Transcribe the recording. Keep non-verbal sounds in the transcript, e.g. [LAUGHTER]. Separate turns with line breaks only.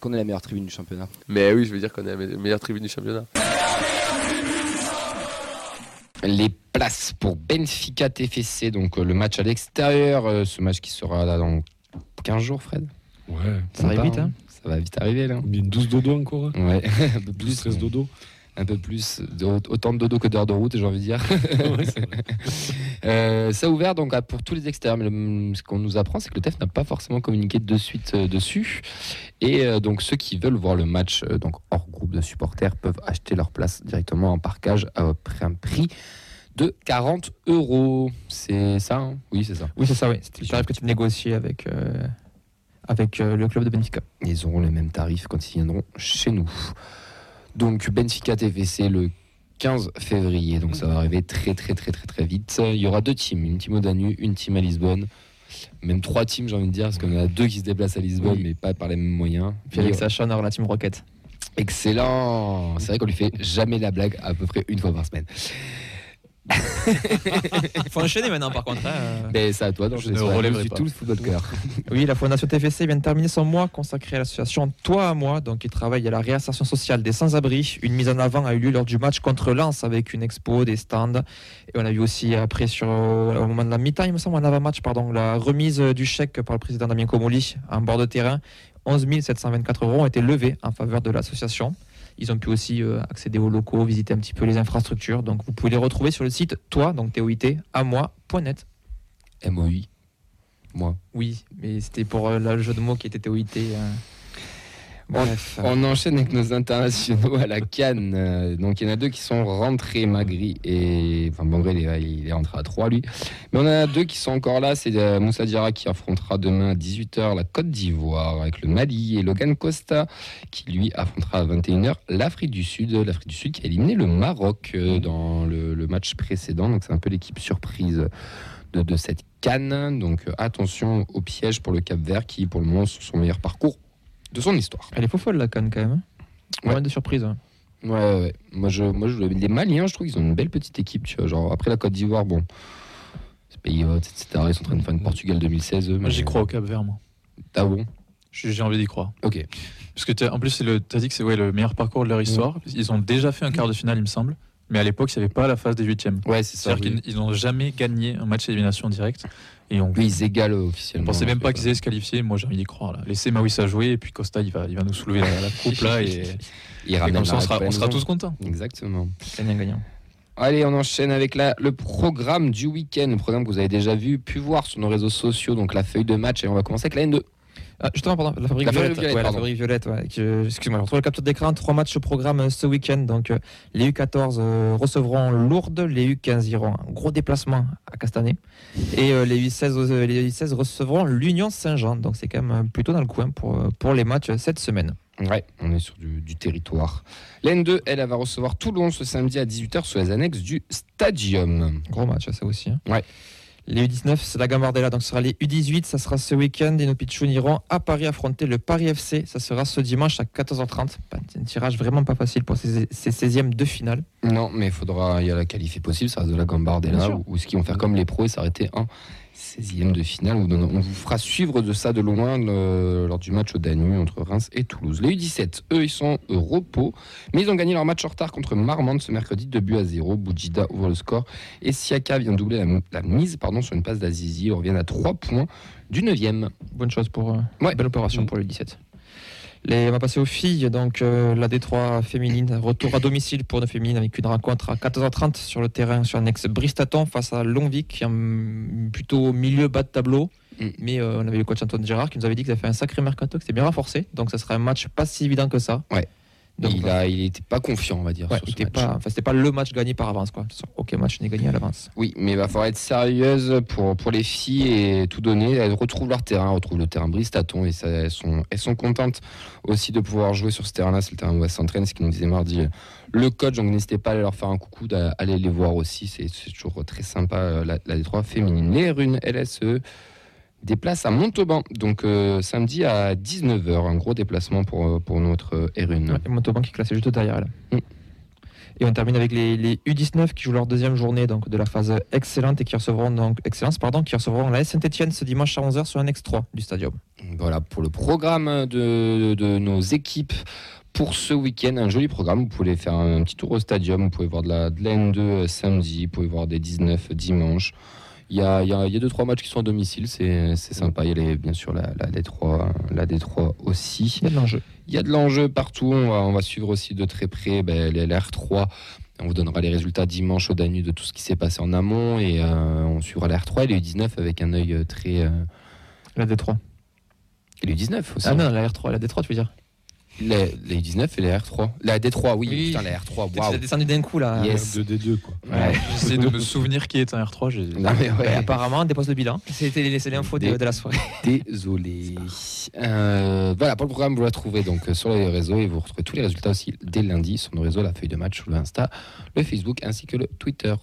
qu'on est la meilleure tribune du championnat.
Mais oui, je veux dire qu'on est la me- meilleure tribune du championnat.
les places pour Benfica TFC, donc euh, le match à l'extérieur, euh, ce match qui sera là dans 15 jours, Fred.
Ouais.
Ça
pas,
arrive vite, hein Ça va vite arriver là.
Bien 12 dodo encore. hein.
Ouais, [LAUGHS] un peu
12,
plus,
13 dodo.
un peu plus, de- autant de dodo que d'heures de route, j'ai envie de dire.
[LAUGHS] Ouais, c'est vrai.
[LAUGHS] Euh, ça a ouvert donc à- pour tous les extérieurs, mais le- ce qu'on nous apprend, c'est que le TEF n'a pas forcément communiqué de suite euh, dessus. Et euh, donc ceux qui veulent voir le match euh, donc hors groupe de supporters peuvent acheter leur place directement en parcage à un prix de 40 euros. C'est ça hein Oui, c'est ça.
Oui, c'est ça, oui. C'était le tarif que tu négociais avec, euh, avec euh, le club de Benfica.
Ils auront les mêmes tarifs quand ils viendront chez nous. Donc Benfica TVC le 15 février, donc ça va arriver très très très très très vite. Il y aura deux teams, une team au Danube, une team à Lisbonne. Même trois teams, j'ai envie de dire, parce qu'on en a deux qui se déplacent à Lisbonne,
Oui.
mais pas par les mêmes moyens.
Puis euh, avec Sacha, on aura la Team [LAUGHS] Rocket.
Excellent C'est vrai qu'on lui fait jamais la blague à peu près une fois par semaine.
Faut enchaîner maintenant, par contre. hein.
Mais ça à toi, donc
Je ne relèverai
suis
pas.
tout le football cœur.
Oui, la Fondation TFC vient de terminer son mois consacré à l'association Toi à moi, donc qui travaille à la réinsertion sociale des sans-abri. Une mise en avant a eu lieu lors du match contre Lens avec une expo, des stands. Et on a eu aussi après, sur, euh, au moment de la mi-temps, il me semble, en avant-match, pardon, la remise du chèque par le président Damien Comoli en bord de terrain. 11 724 euros ont été levés en faveur de l'association. Ils ont pu aussi euh, accéder aux locaux, visiter un petit peu les infrastructures. Donc vous pouvez les retrouver sur le site toi, donc t à moi.net.
MOI. Moi.
Oui, mais c'était pour euh, là, le jeu de mots qui était TOIT. euh. Bref.
On enchaîne avec nos internationaux à la Cannes. Euh, Donc il y en a deux qui sont rentrés, Magri et. Enfin, Bangré, il est, il est rentré à 3 lui. Mais on en a deux qui sont encore là. C'est euh, Moussa Diarra qui affrontera demain à 18h la Côte d'Ivoire avec le Mali et Logan Costa qui lui affrontera à 21h l'Afrique du Sud. L'Afrique du Sud qui a éliminé le Maroc euh, dans le, le match précédent. Donc c'est un peu l'équipe surprise de, de cette Cannes. Donc euh, attention au piège pour le Cap Vert qui, pour le moment, sont son meilleur parcours de son histoire.
Elle est faux folle la canne quand même. hein.
Ouais.
Moins de surprises. hein.
Ouais, ouais, ouais. Moi, je, moi, je, les Maliens, je trouve qu'ils ont une belle petite équipe. Tu vois, genre, après la Côte d'Ivoire, bon, c'est pays hôte, etc. Ils sont en train de faire une Portugal 2016. eux,
Moi,
mais-
j'y crois au Cap Vert, moi.
Ah bon
J'ai j'ai envie d'y croire.
Ok.
Parce que t'as- en plus, c'est le- t'as dit que c'est ouais, le meilleur parcours de leur histoire. Ils ont déjà fait un quart de finale, il me semble. Mais à l'époque, il n'y avait pas la phase des huitièmes.
Ouais, c'est ça.
C'est-à-dire
Oui.
qu'ils ils n'ont jamais gagné un match d'élimination directe. Et on
Oui, ils égalent euh,
ne
officiellement.
pensait même pas
C'est
qu'ils allaient se qualifier. Moi, j'ai envie d'y croire. Là. Laissez Maouis à jouer. Et puis Costa, il va, il va nous soulever la, la coupe. Là, et, et
Ils ramènent
comme ça,
la
on sera, on sera
réponse.
tous contents.
Exactement.
Gagnant-gagnant.
Allez, on enchaîne avec la, le programme du week-end, le programme que vous avez déjà vu, pu voir sur nos réseaux sociaux, donc la feuille de match, et on va commencer avec la N2.
Ah, justement, pardon, la fabrique
La
violette.
Fabrique Violette,
ouais, la
pardon.
Fabrique Violette, ouais, que- excuse-moi, je retrouve le capture d'écran. Trois matchs au programme euh, ce week-end. Donc, euh, les U14 euh, recevront Lourdes, les U15 iront un gros déplacement à Castanet. Et euh, les, U16, euh, les U16 recevront l'Union Saint-Jean. Donc, c'est quand même euh, plutôt dans le coin pour, euh, pour les matchs euh, cette semaine.
Ouais, on est sur du, du territoire. La N2, elle, elle va recevoir Toulon ce samedi à 18h sur les annexes du Stadium.
Gros match, ça aussi. hein.
Ouais.
Les U19, c'est la Gambardella. Donc, ce sera les U18. Ça sera ce week-end. Et nos Pichounes iront à Paris affronter le Paris FC. Ça sera ce dimanche à 14h30. Pas- Un tirage vraiment pas facile pour ces, ces 16e de finale.
Non, mais il faudra, il y a la qualifiée possible, ça reste de la
Bien
Gambardella,
sûr.
ou, ou ce qu'ils vont faire comme les pros et s'arrêter en 16e de finale. On, on vous fera suivre de ça de loin le- lors du match au Danube entre Reims et Toulouse. Les U17, eux, ils sont au repos, mais ils ont gagné leur match en retard contre Marmande ce mercredi, 2 buts à 0. Boujida ouvre le score et Siaka vient doubler la, la mise pardon, sur une passe d'Azizi. Ils reviennent à 3 points du 9e.
Bonne chose pour. euh,
Ouais.
Belle opération
Mm.
pour les U17. Les, on va passer aux filles. Donc, euh, la D3 féminine. Retour à domicile pour nos féminines avec une rencontre à 14h30 sur le terrain sur un ex-Bristaton face à Longvic, qui est un- plutôt au milieu bas de tableau.
Mm.
Mais euh, on avait le coach Antoine Gérard qui nous avait dit qu'ils avaient fait un sacré mercato, que c'était bien renforcé. Donc, ça serait un match pas si évident que ça.
Ouais.
Donc,
il
voilà.
a- il était pas confiant, on va dire.
Ouais,
sur ce
c'était
match.
pas, enfin, c'était pas le match gagné par avance. Quoi. Aucun match n'est gagné à l'avance.
Oui, mais il va falloir être sérieuse pour, pour les filles et tout donner. Elles retrouvent leur terrain, retrouvent le terrain Bristaton et ça, elles, sont, elles sont contentes aussi de pouvoir jouer sur ce terrain-là. C'est le terrain où elles s'entraînent, ce qu'ils nous disait mardi euh, le coach. Donc n'hésitez pas à aller leur faire un coucou, à aller les voir aussi. C'est c'est toujours très sympa, euh, la, la Détroit féminine. Les runes LSE déplacent à Montauban, donc euh, samedi à 19h. Un gros déplacement pour, euh, pour notre euh, Rune.
Ouais, et Montauban qui est classé juste derrière elle.
Mm.
Et on termine avec les, les U19 qui jouent leur deuxième journée donc, de la phase excellente et qui recevront donc, excellence, pardon, qui recevront la Saint-Etienne ce dimanche à 11h sur un 3 du stadium.
Voilà pour le programme de, de nos équipes pour ce week-end. Un joli programme. Vous pouvez faire un petit tour au stadium. Vous pouvez voir de la, de la N2 euh, samedi. Vous pouvez voir des 19 dimanche. Il y a, il y a- il y a deux, trois matchs qui sont à domicile. C'est c'est sympa. Il y a les- bien sûr la, la, D3, la D3 aussi.
Il y a de l'enjeu.
Il y a de l'enjeu partout. On va, on va suivre aussi de très près ben, les l'R3. On vous donnera les résultats dimanche au Danube de tout ce qui s'est passé en amont. Et euh, on suivra l'R3 et les U19 avec un œil euh, très. euh,
La D3.
et les U19 aussi.
Ah non, la R3, la D3, tu veux dire
Les, les 19 et les R3. La D3, oui.
Oui.
Putain, la R3,
Tu
waouh.
as descendu d'un coup là.
Yes.
De D2, quoi.
Ouais.
J'essaie de me souvenir qui est un R3. j'ai-
Non, mais
Ouais,
ouais.
apparemment, on dépose le bilan. C'était les- c'est l'info de,
Des-
de la soirée.
Désolé. Euh, voilà, pour le programme, vous la trouverez donc euh, sur les réseaux et vous retrouvez tous les résultats aussi dès lundi sur nos réseaux, la feuille de match, sur le Insta, le Facebook ainsi que le Twitter.